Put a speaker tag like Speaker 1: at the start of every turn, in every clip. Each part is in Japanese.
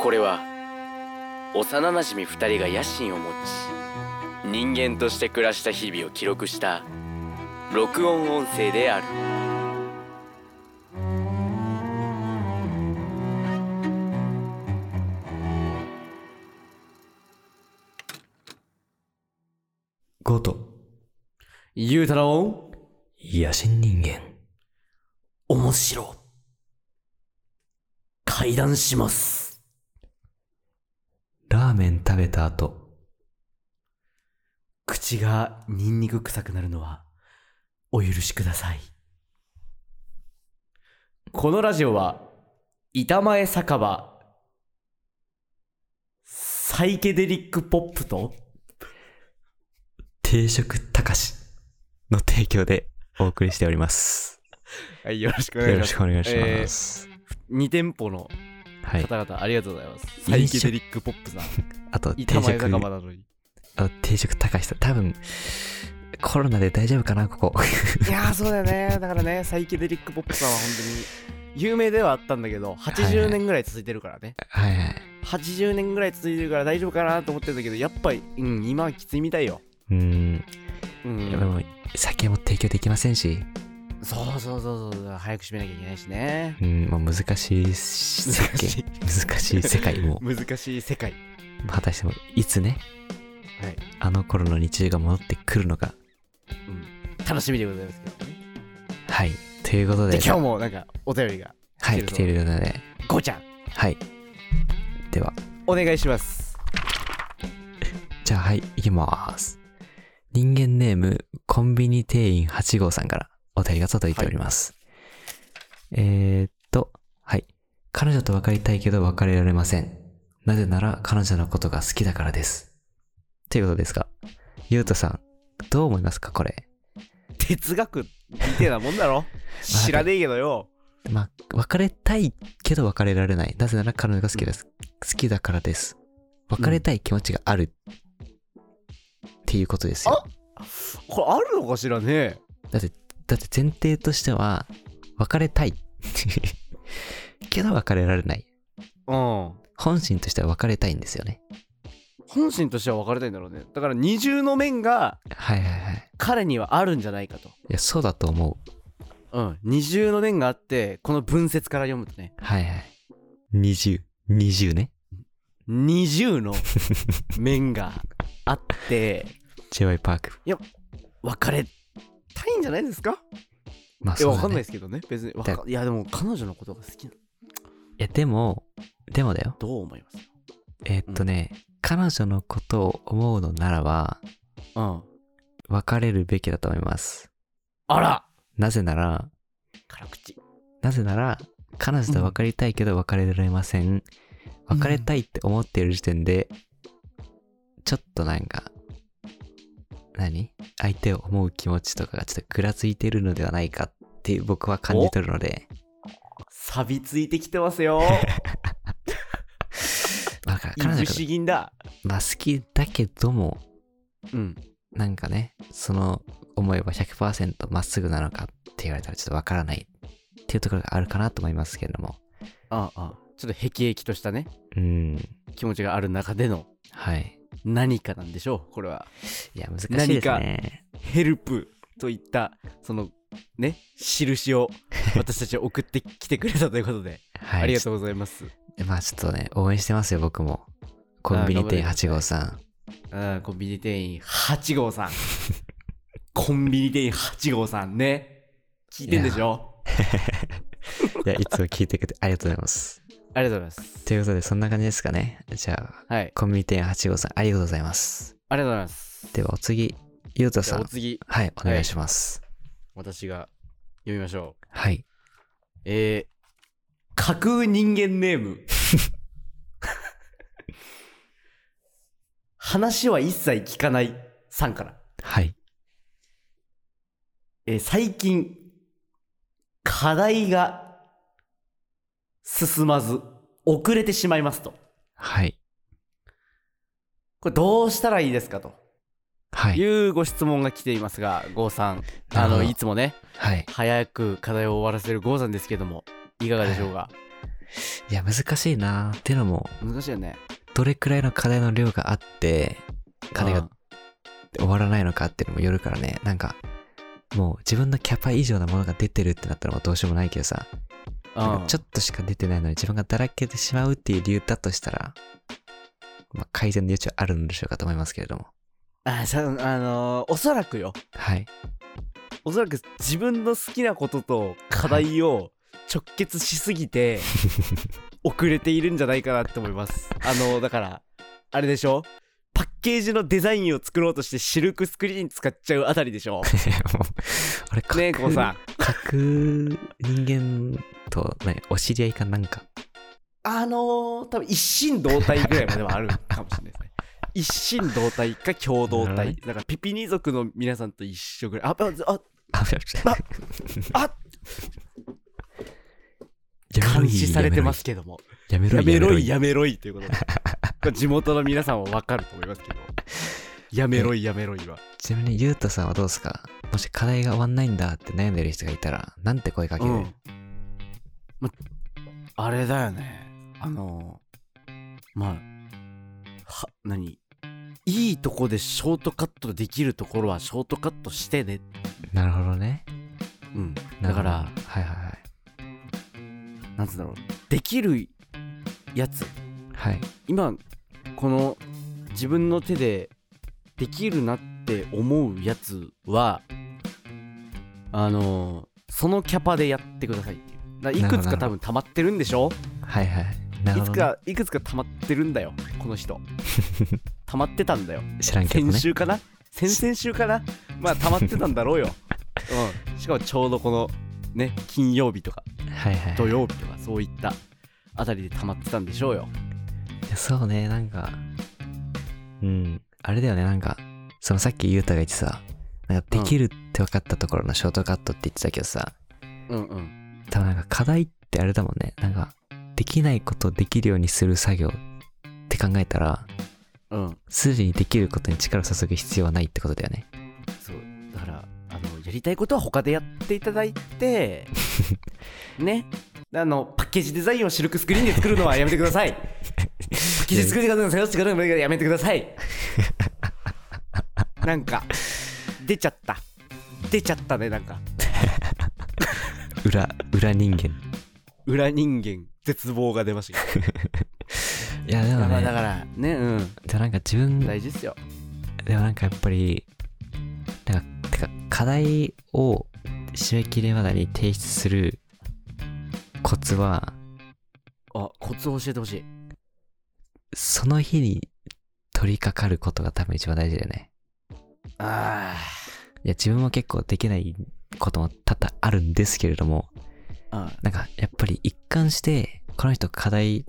Speaker 1: これは幼なじみ2人が野心を持ち人間として暮らした日々を記録した録音音声である
Speaker 2: ゴト、
Speaker 1: ゆうたろう
Speaker 2: 野心人間、面白、
Speaker 1: 階段します
Speaker 2: ラーメン食べた後、
Speaker 1: 口がニンニク臭くなるのはお許しくださいこのラジオは板前酒場サイケデリックポップと
Speaker 2: 定食たかしの提供でお送りしております。
Speaker 1: はいよろしくお
Speaker 2: よろしくお願いし
Speaker 1: え
Speaker 2: ま
Speaker 1: ー
Speaker 2: す。
Speaker 1: 2店舗の
Speaker 2: はい。
Speaker 1: 方々ありがとうございます、サイ
Speaker 2: 飲
Speaker 1: ケ
Speaker 2: 食
Speaker 1: デリックポップさん
Speaker 2: あと定
Speaker 1: 板前
Speaker 2: 食
Speaker 1: 酒場、なのに
Speaker 2: あ定食たかしさん、多分、コロナで大丈夫かな、ここ。
Speaker 1: いやーそうだよねだからねサイケデリックポップさんは本当に有名ではあったんだけど80年ぐらい続いてるからね、
Speaker 2: はいはい。
Speaker 1: 80年ぐらい続いてるから大丈夫かなと思ってるんだけどやっぱり、うん、今はきついみたいよ、
Speaker 2: うーん、
Speaker 1: う
Speaker 2: でも
Speaker 1: ん、
Speaker 2: 酒も提供できませんし、
Speaker 1: そうそうそうそう早く閉めなきゃいけないし ね
Speaker 2: うん、もう難しい世
Speaker 1: 難し
Speaker 2: 界、難しい世界 も、
Speaker 1: 難しい世界
Speaker 2: 果たしてもいつね、
Speaker 1: はい、
Speaker 2: あの頃の日常が戻ってくるのか。
Speaker 1: うん、楽しみでございますけどね
Speaker 2: はい。ということ
Speaker 1: で
Speaker 2: で、
Speaker 1: 今日もなんかお便りが
Speaker 2: は
Speaker 1: 来て
Speaker 2: い、
Speaker 1: る
Speaker 2: 来
Speaker 1: ぞ
Speaker 2: ているので、
Speaker 1: ゴーちゃん
Speaker 2: はい。では、
Speaker 1: お願いします
Speaker 2: じゃあ、はい、いきます。人間ネーム、コンビニ店員8号さんからお便りが届いております。えー、っと、はい。彼女と別れたいけど別れられません。なぜなら彼女のことが好きだからです。ということですが、ゆうとさん、どう思いますかこれ。
Speaker 1: 哲学みてえなもんだ ろ知らねえけどよ
Speaker 2: まあ、別れたいけど別れられない。なぜなら彼女が好きです。好きだからです。別れたい気持ちがある。っていうことですよ。
Speaker 1: これあるのかしらね
Speaker 2: だって前提としては別れたい けど別れられない
Speaker 1: うん
Speaker 2: 本心としては別れたいんですよね
Speaker 1: 本心としては別れたいんだろうねだから二重の面が
Speaker 2: はいはいはい
Speaker 1: 彼にはあるんじゃないかと
Speaker 2: いやそうだと思う
Speaker 1: うん二重の面があってこの文節から読むとね
Speaker 2: はいはい2020 20ね
Speaker 1: 二重の面があって
Speaker 2: j y パーク
Speaker 1: 別れたいんじゃないですかい
Speaker 2: まあ
Speaker 1: や
Speaker 2: そう
Speaker 1: わ
Speaker 2: だ、ね、
Speaker 1: かんない
Speaker 2: い
Speaker 1: ですけどね別にわかいやでも彼女のことが好きなの
Speaker 2: やでもでもだよ
Speaker 1: どう思います
Speaker 2: えーっとね、彼女のことを思うのならば
Speaker 1: うん
Speaker 2: 別れるべきだと思います
Speaker 1: あら
Speaker 2: なぜなら
Speaker 1: 辛口
Speaker 2: なぜなら彼女と別れたいけど別れられません、
Speaker 1: うん
Speaker 2: 別れたいって思っている時点でちょっとなんか何相手を思う気持ちとかがちょっとぐらついてるのではないかっていう僕は感じ取るので
Speaker 1: 錆びついてきてますよ
Speaker 2: なんか
Speaker 1: い
Speaker 2: 彼女
Speaker 1: ぶ
Speaker 2: が
Speaker 1: し銀だ
Speaker 2: まあ好きだけども
Speaker 1: うん
Speaker 2: なんかねその思いは100%まっすぐなのかって言われたらちょっとわからないっていうところがあるかなと思いますけれども
Speaker 1: ああちょっと辟易としたね
Speaker 2: うん
Speaker 1: 気持ちがある中での
Speaker 2: はい
Speaker 1: 何かなんでしょうこれはい
Speaker 2: や難しいですね
Speaker 1: ヘルプといったそのね印を私たちは送ってきてくれたということで、
Speaker 2: はい
Speaker 1: ありがとうございます
Speaker 2: まあちょっとね、応援してますよ、僕も。コンビニ店8号さん。
Speaker 1: あーコンビニ店員8号 さんコンビニ店員8号さんね聞いてんでしょ
Speaker 2: いや、いつも聞いてくれてありがとうございます。
Speaker 1: ありがとうございます
Speaker 2: ということで、そんな感じですかね。じゃあ、
Speaker 1: はい
Speaker 2: コンビニ店8号さん、ありがとうございます。
Speaker 1: ありがとうございます
Speaker 2: では、お次、ゆうた
Speaker 1: じ
Speaker 2: さ
Speaker 1: ゃあお
Speaker 2: ん。
Speaker 1: 次
Speaker 2: はい、お願いします。
Speaker 1: 私が読みましょう
Speaker 2: はい。
Speaker 1: えー、架空人間ネー ム 話は一切聞かないさんから
Speaker 2: はい。
Speaker 1: えー最近、課題が進まず、遅れてしまいますと。
Speaker 2: はい。
Speaker 1: これどうしたらいいですかと
Speaker 2: はいい。
Speaker 1: うご質問が来ていますが、郷さん。あ
Speaker 2: なるほ
Speaker 1: の、
Speaker 2: ど
Speaker 1: いつもね、
Speaker 2: はい。
Speaker 1: 早く課題を終わらせる郷さんですけども、いかがでしょうか
Speaker 2: いや、難しいなってのも、
Speaker 1: 難しいよね
Speaker 2: どれくらいの課題の量があって、課題
Speaker 1: う
Speaker 2: が
Speaker 1: ん
Speaker 2: 終わらないのかっていうのもよるからね、なんか、もう自分のキャパ以上なものが出てるってなったらもうどうしようもないけどさ、なん
Speaker 1: う
Speaker 2: か
Speaker 1: ん
Speaker 2: ちょっとしか出てないのに自分がだらけてしまうっていう理由だとしたら、まあ、改善の余地はあるんでしょうかと思いますけれども。
Speaker 1: あさあのーおそらくよ
Speaker 2: はい。
Speaker 1: おそらく自分の好きなことと課題を直結しすぎ て遅れているんじゃないかなって思いますあのだからあれでしょパッケージのデザインを作ろうとしてシルクスクリーン使っちゃうあたりでしょ
Speaker 2: もうあれ、架
Speaker 1: ねえこ
Speaker 2: 空
Speaker 1: うさん
Speaker 2: 架空人間と、ね、お知り合いかなんか。
Speaker 1: あのー、多分一心同体ぐらいまではあるかもしれないですね。一心同体か共同
Speaker 2: なるほど
Speaker 1: 体
Speaker 2: ね。
Speaker 1: だからピピニ族の皆さんと一緒ぐらい。あ、あ、あ、
Speaker 2: あ、
Speaker 1: ああ
Speaker 2: やめろ
Speaker 1: 監
Speaker 2: い
Speaker 1: 視されてますけども。
Speaker 2: やめろ
Speaker 1: や
Speaker 2: い
Speaker 1: め
Speaker 2: やめ
Speaker 1: ろ
Speaker 2: ろ
Speaker 1: い、
Speaker 2: い。
Speaker 1: やめろいということで。 これ地元の皆さんはわかると思いますけど。やめろい、やめろいは。
Speaker 2: ちなみに、ゆうたさんはどうですかもし課題が終わんないんだって悩んでる人がいたら、なんて声かけ
Speaker 1: う
Speaker 2: る、
Speaker 1: ん。ま、あれだよね。あのー、まあ、は、何いいとこでショートカットできるところはショートカットしてね。
Speaker 2: なるほどね。
Speaker 1: うん。だ
Speaker 2: なるほ
Speaker 1: か
Speaker 2: ど
Speaker 1: ら、
Speaker 2: はいはいはい。
Speaker 1: なんつうんだろうできるやつ
Speaker 2: はい。
Speaker 1: 今この自分の手でできるなって思うやつはあのーそのキャパでやってくださいっていうだからいくつか
Speaker 2: な
Speaker 1: 多
Speaker 2: る
Speaker 1: 分溜まってるんでしょ
Speaker 2: はいはい。ないる
Speaker 1: つ
Speaker 2: ほど、ね。
Speaker 1: かいくつか溜まってるんだよこの 人溜まってたんだよ
Speaker 2: 知らんけど
Speaker 1: 先
Speaker 2: ね。
Speaker 1: 週かな先々週かなまあ溜まってたんだ ろうよ、うん、しかもちょうどこのね金曜日とか
Speaker 2: はいはい。
Speaker 1: 土曜日とかそういったあたりで溜まってたんでしょうよ
Speaker 2: いやそうね、なんか、うん、あれだよね、なんか、そのさっきゆうたが言ってさ、なんか
Speaker 1: う
Speaker 2: で
Speaker 1: ん
Speaker 2: きるって分かったところのショートカットって言ってたけどさ、
Speaker 1: うんうん
Speaker 2: 多分なんか課題ってあれだもんね、なんか、できないことをできるようにする作業って考えたら、
Speaker 1: うん
Speaker 2: すでにできることに力を注ぐ必要はないってことだよね。
Speaker 1: そうだからあのやりたいことは他でやっていただい てねあのパッケージデザインをシルクスクリーンで作るのはやめてくださいパッケージ作り方の探してからやめてくださ いなんか出ちゃった出ちゃったねなんか
Speaker 2: 裏、裏人間。
Speaker 1: 裏人間絶望が出ま したけ
Speaker 2: いや、で
Speaker 1: ど
Speaker 2: も
Speaker 1: まあだ
Speaker 2: ね、
Speaker 1: からねうん
Speaker 2: でもなんか自分、で
Speaker 1: 大事っすよ
Speaker 2: もなんかやっぱり、なんか、てか、課題を締め切りまでに提出するコツは、
Speaker 1: あコツを教えてほしい
Speaker 2: その日に取り掛かることが多分一番大事だよね。
Speaker 1: あ
Speaker 2: いや、自分も結構できないことも多々あるんですけれども、
Speaker 1: あ
Speaker 2: なんかやっぱり一貫して、この人課題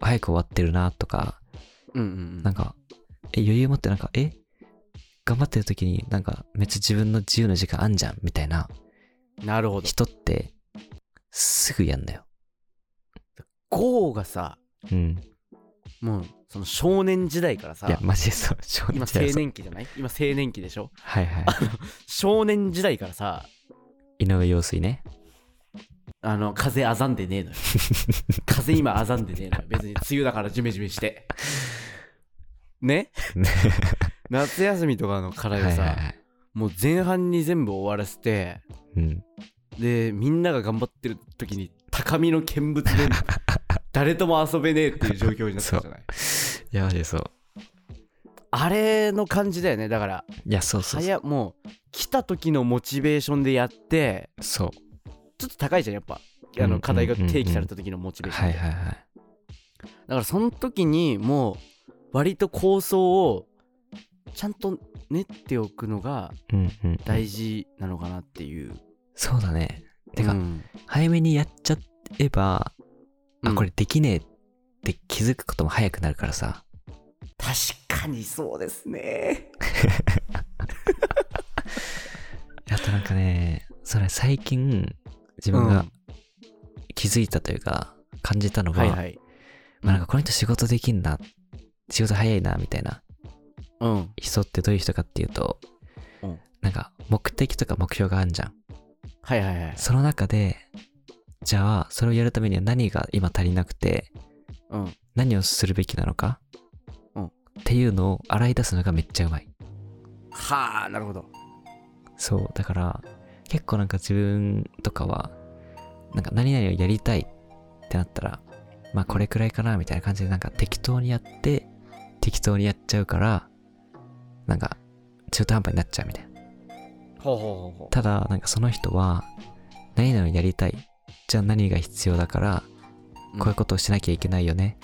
Speaker 2: 早く終わってるなとか、
Speaker 1: うんうんうん
Speaker 2: なんか、え、余裕持ってなんか、え頑張ってる時になんかめっちゃ自分の自由な時間あんじゃんみたいな
Speaker 1: なるほど。
Speaker 2: 人ってすぐやんだよ。
Speaker 1: ゴーがさ、
Speaker 2: うん。
Speaker 1: もうその少年時代からさ
Speaker 2: い、や、マジでそう。正
Speaker 1: 今
Speaker 2: 直だ
Speaker 1: 青
Speaker 2: よそう
Speaker 1: 年期じゃない今青年期でしょ
Speaker 2: はいはい。
Speaker 1: 少年時代からさ、
Speaker 2: 井上陽水 ね。
Speaker 1: あの、風あざんでねえの よ。風今あざんでねえのよ。別に梅雨だからジメジメして。ね夏休みとかの課
Speaker 2: は
Speaker 1: 題をさ、
Speaker 2: い。
Speaker 1: もう前半に全部終わらせて、
Speaker 2: うん。
Speaker 1: で、みんなが頑張ってる時に高みの見物 で誰とも遊べねえっていう状況になったじゃない
Speaker 2: いや、マジでそう。
Speaker 1: あれの感じだよね。だから、
Speaker 2: いや、そうそうそう。
Speaker 1: 早もう来た時のモチベーションでやって
Speaker 2: そう。
Speaker 1: ちょっと高いじゃんやっぱあ
Speaker 2: うんうんうんう
Speaker 1: の
Speaker 2: ん
Speaker 1: 課題が提起された時のモチベーション、
Speaker 2: はいはいはい。
Speaker 1: だからその時にもう割と構想をちゃんと練っておくのが
Speaker 2: うんうん。
Speaker 1: 大事なのかなっていう、
Speaker 2: そうだね。てか、
Speaker 1: うん
Speaker 2: 早めにやっちゃえば、
Speaker 1: う
Speaker 2: あ、
Speaker 1: ん
Speaker 2: これできねえって気づくことも早くなるからさ。
Speaker 1: 確かにそうですね
Speaker 2: あとなんかね、それ最近、自分
Speaker 1: う
Speaker 2: が
Speaker 1: ん
Speaker 2: 気づいたというか、感じたのが、
Speaker 1: はいはい
Speaker 2: まあなんかこの人仕事できんな、仕事早いな、みたいな
Speaker 1: うん
Speaker 2: 人ってどういう人かっていうと、
Speaker 1: うん
Speaker 2: なんか目的とか目標があるじゃん。
Speaker 1: はいはいはい
Speaker 2: その中で、じゃあ、それをやるためには何が今足りなくて、
Speaker 1: うん
Speaker 2: 何をするべきなのか、
Speaker 1: うん
Speaker 2: っていうのを洗い出すのがめっちゃうまい。
Speaker 1: はあなるほど
Speaker 2: そう、だから、結構なんか自分とかは、なんか何々をやりたいってなったら、まあこれくらいかなみたいな感じでなんか適当にやって、適当にやっちゃうから、なんか中途半端になっちゃうみたいな。
Speaker 1: ほうほうほうほ
Speaker 2: ただなんかその人は何々をやりたいじゃあ何が必要だから
Speaker 1: うん
Speaker 2: こういうことをしなきゃいけないよね、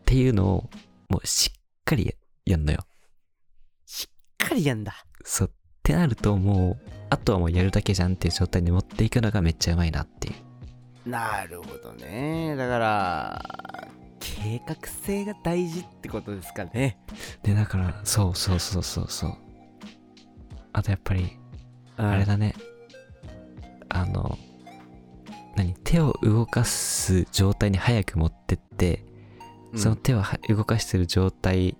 Speaker 2: っていうのをもうしっかりやんのよ
Speaker 1: うかりやんだ
Speaker 2: そうってなるともうあとはもうやるだけじゃんっていう状態に持っていくのがめっちゃうまいなっていう
Speaker 1: なるほどねだから計画性が大事ってことですかね
Speaker 2: でだからそうそうそうそうそうあとやっぱり
Speaker 1: あ
Speaker 2: あれだねあの何手を動かす状態に早く持ってってその手をは動かしてる状態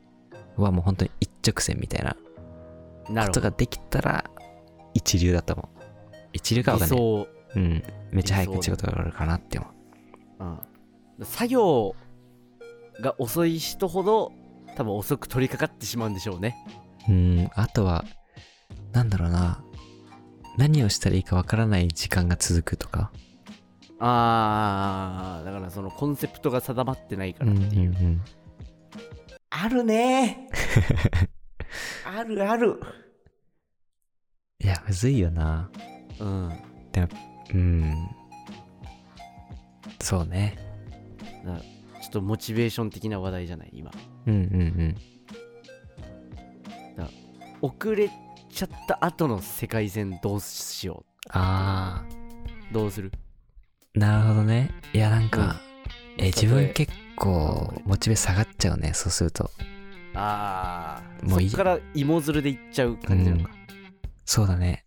Speaker 2: はもう本当に一直線みたいな
Speaker 1: な
Speaker 2: ことができたら一流だと思う一流かわかんない、
Speaker 1: そう
Speaker 2: うん、めっちゃ早
Speaker 1: 理
Speaker 2: く仕
Speaker 1: 想だ
Speaker 2: 事が終わるかなって思う
Speaker 1: うん、作業が遅い人ほど多分遅く取り掛かってしまうんでしょうね
Speaker 2: うんあとはなんだろうな何をしたらいいかわからない時間が続くとか
Speaker 1: あーだからそのコンセプトが定まってないか
Speaker 2: うん
Speaker 1: ら
Speaker 2: う
Speaker 1: っ
Speaker 2: ん
Speaker 1: ていう、
Speaker 2: うん
Speaker 1: ある ねあるある
Speaker 2: いやむずいよな
Speaker 1: うん
Speaker 2: うんそうね
Speaker 1: ちょっとモチベーション的な話題じゃない今
Speaker 2: うんうん
Speaker 1: 遅れちゃった後の世界線どうしよ
Speaker 2: あ
Speaker 1: うどうする
Speaker 2: あなるほどねいやなんか、え自分
Speaker 1: 例え
Speaker 2: 結構モチベ下がっちゃうねそうすると
Speaker 1: ああ
Speaker 2: もういい
Speaker 1: そっから芋づるでいっちゃう感じなのか、
Speaker 2: そうだね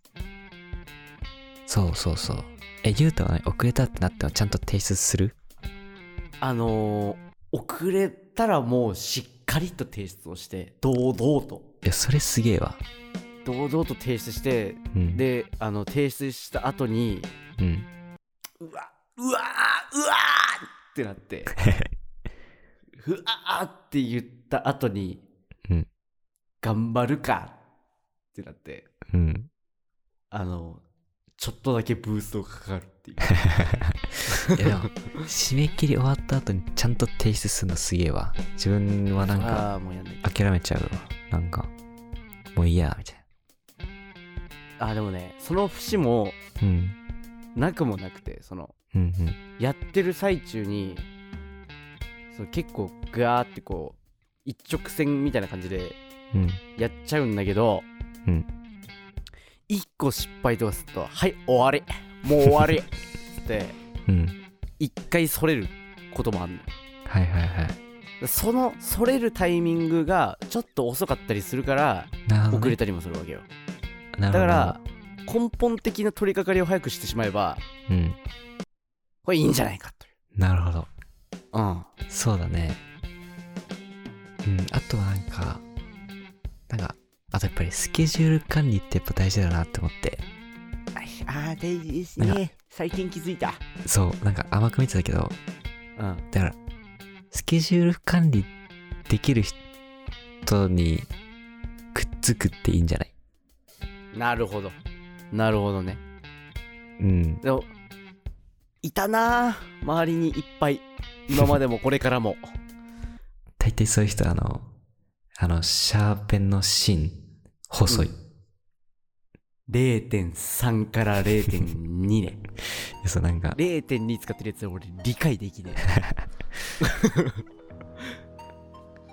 Speaker 2: そうそうそうえゆうたはね遅れたってなってもちゃんと提出する
Speaker 1: あのー遅れたらもうしっかりと提出をして堂々と
Speaker 2: いやそれすげえわ
Speaker 1: 堂々と提出して
Speaker 2: うん
Speaker 1: であの提出した後に
Speaker 2: うん
Speaker 1: うわうわーうわーってなって ふわーって言った後に、
Speaker 2: うん
Speaker 1: 頑張るかってなって
Speaker 2: うん
Speaker 1: あのちょっとだけブーストがかかるっていう
Speaker 2: いやでも締め切り終わった後にちゃんと提出するのすげえわ自分はなんか
Speaker 1: ああーもうやん ない
Speaker 2: 諦めちゃうわなんかもういいやみたい
Speaker 1: あーでもねその節も
Speaker 2: なうん
Speaker 1: なくもなくてその
Speaker 2: うん
Speaker 1: やってる最中にそう結構グワーってこう一直線みたいな感じで
Speaker 2: うんうん
Speaker 1: やっちゃうんだけど、
Speaker 2: うん
Speaker 1: 一個失敗とかすると「はい終わりもう終わり」って
Speaker 2: うん
Speaker 1: 一回それることもある
Speaker 2: はいはいはい
Speaker 1: のそのそれるタイミングがちょっと遅かったりするから
Speaker 2: なるほど、
Speaker 1: 遅れ
Speaker 2: ね、
Speaker 1: たりもするわけよ
Speaker 2: な
Speaker 1: だ
Speaker 2: るほ
Speaker 1: か
Speaker 2: ど
Speaker 1: ら根本的な取り掛かりを早くしてしまえば
Speaker 2: うん
Speaker 1: これいいんじゃないかという
Speaker 2: なるほど
Speaker 1: うん
Speaker 2: そうだね。うん、あとはなんか、なんか、あとやっぱりスケジュール管理ってやっぱ大事だなって思って、
Speaker 1: ああ大事です
Speaker 2: なん
Speaker 1: 最近気づいた
Speaker 2: そう、なんか甘く見てたけど、
Speaker 1: うん
Speaker 2: だから、スケジュール管理できる人にくっつくっていいんじゃない
Speaker 1: なるほどなるほどね
Speaker 2: うん。
Speaker 1: でもいたなあ周りにいっぱい今までもこれからも
Speaker 2: 大体そういう人はあの、あの、シャーペンの芯、細い。
Speaker 1: 0.3から0.2ね
Speaker 2: そう、なんか、
Speaker 1: 0.2使ってるやつ俺理解できね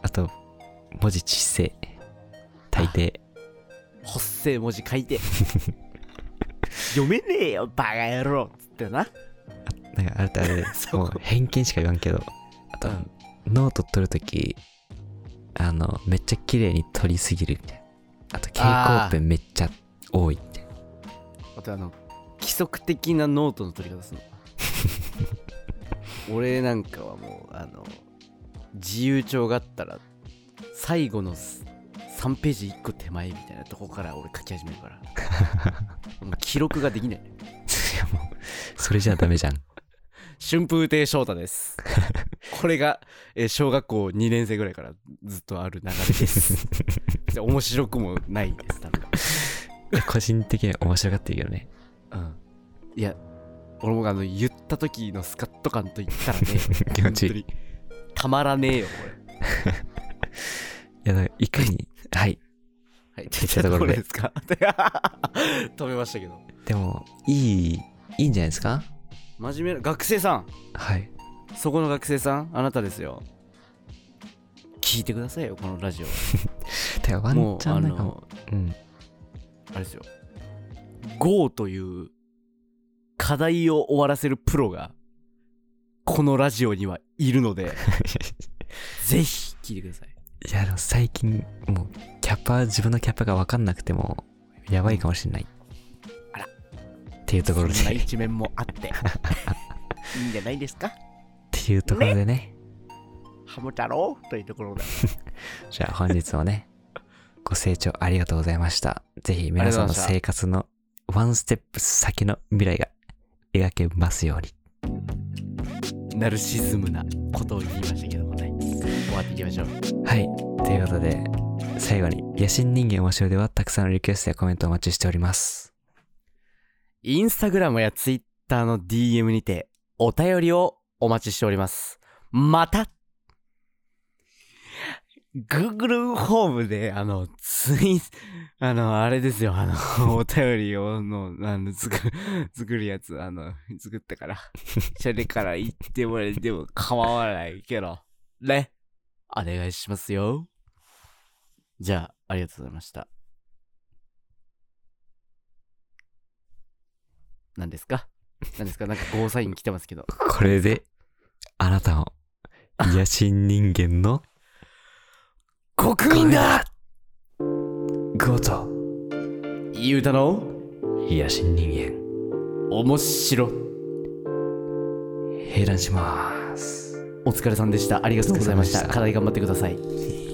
Speaker 2: あと、文字小せえ。大抵。
Speaker 1: え発生文字書い て読めねえよバカ野郎っつってな
Speaker 2: なんかあれってあ れ
Speaker 1: そこ
Speaker 2: もう偏見しか言わんけどあと、
Speaker 1: うん
Speaker 2: ノート取るときあのめっちゃ綺麗に取りすぎるみたいなあと蛍光ペンめっちゃ多いって
Speaker 1: あとあの規則的なノートの取り方す るの俺なんかはもうあの自由帳があったら最後のす3ページ1個手前みたいなとこから俺書き始めるから もう記録ができない
Speaker 2: いやもうそれじゃダメじゃん
Speaker 1: 春風亭昇太です。これが、えー小学校2年生ぐらいからずっとある流れ です。別に面白くもないです、多分。
Speaker 2: 個人的には面白がってるけどね。
Speaker 1: うん。いや、俺もあの、言った時のスカッと感と言ったらね、
Speaker 2: 気持ちいい。
Speaker 1: 本当
Speaker 2: い
Speaker 1: にたまらねえよ、こ
Speaker 2: や、だからいかに、はい。
Speaker 1: れ。はい、
Speaker 2: てきたところで
Speaker 1: ですか 止めましたけど。
Speaker 2: でも、 いい、いいんじゃないですか
Speaker 1: 真面目な、学生さん、
Speaker 2: はい。
Speaker 1: そこの学生さん、あなたですよ。聞いてくださいよ、このラジオ。
Speaker 2: てかワ
Speaker 1: も
Speaker 2: ン
Speaker 1: う、
Speaker 2: チャ
Speaker 1: あ
Speaker 2: ンなんかも
Speaker 1: の、
Speaker 2: うん。
Speaker 1: あれですよ GO という課題を終わらせるプロがこのラジオにはいるの でぜひ聞いてください
Speaker 2: いや、でも最近、もう、キャパ、自分のキャパが分かんなくても、やばいかもしれない。
Speaker 1: あら
Speaker 2: っていうところで、
Speaker 1: そんな
Speaker 2: っ
Speaker 1: 一面もあって いいんじゃないですか
Speaker 2: ていうところでね、
Speaker 1: ハム太郎というところで
Speaker 2: じゃあ本日もね、ご清聴ありがとうございました。ぜひ皆さんの生活のワンステップ先の未来が描けますように。
Speaker 1: ナルシズムなことを言いましたけどもね終わっていきましょう
Speaker 2: はい。ということで、最後に、野心人間面白いではたくさんのリクエストやコメントをお待ちしております。
Speaker 1: インスタグラムやツイッターの DM にてお便りをお待ちしております。また !Google ホームで、あの、ツイ、あの、あれですよ、あの、 お便りをの、あの、作、作るやつ、あの、作ったから、それから言ってもらえても構わないけど、ね、お願いしますよ。じゃあ、ありがとうございました。何ですか何ですかなんかゴーサイン来てますけど。
Speaker 2: これで、あなたも、野心人間の
Speaker 1: 刻印だ
Speaker 2: ゴト、
Speaker 1: ゆうたの
Speaker 2: 野心人間。
Speaker 1: 面白
Speaker 2: 閉壇します。
Speaker 1: お疲れさんでしたありがとうございました課題頑張ってください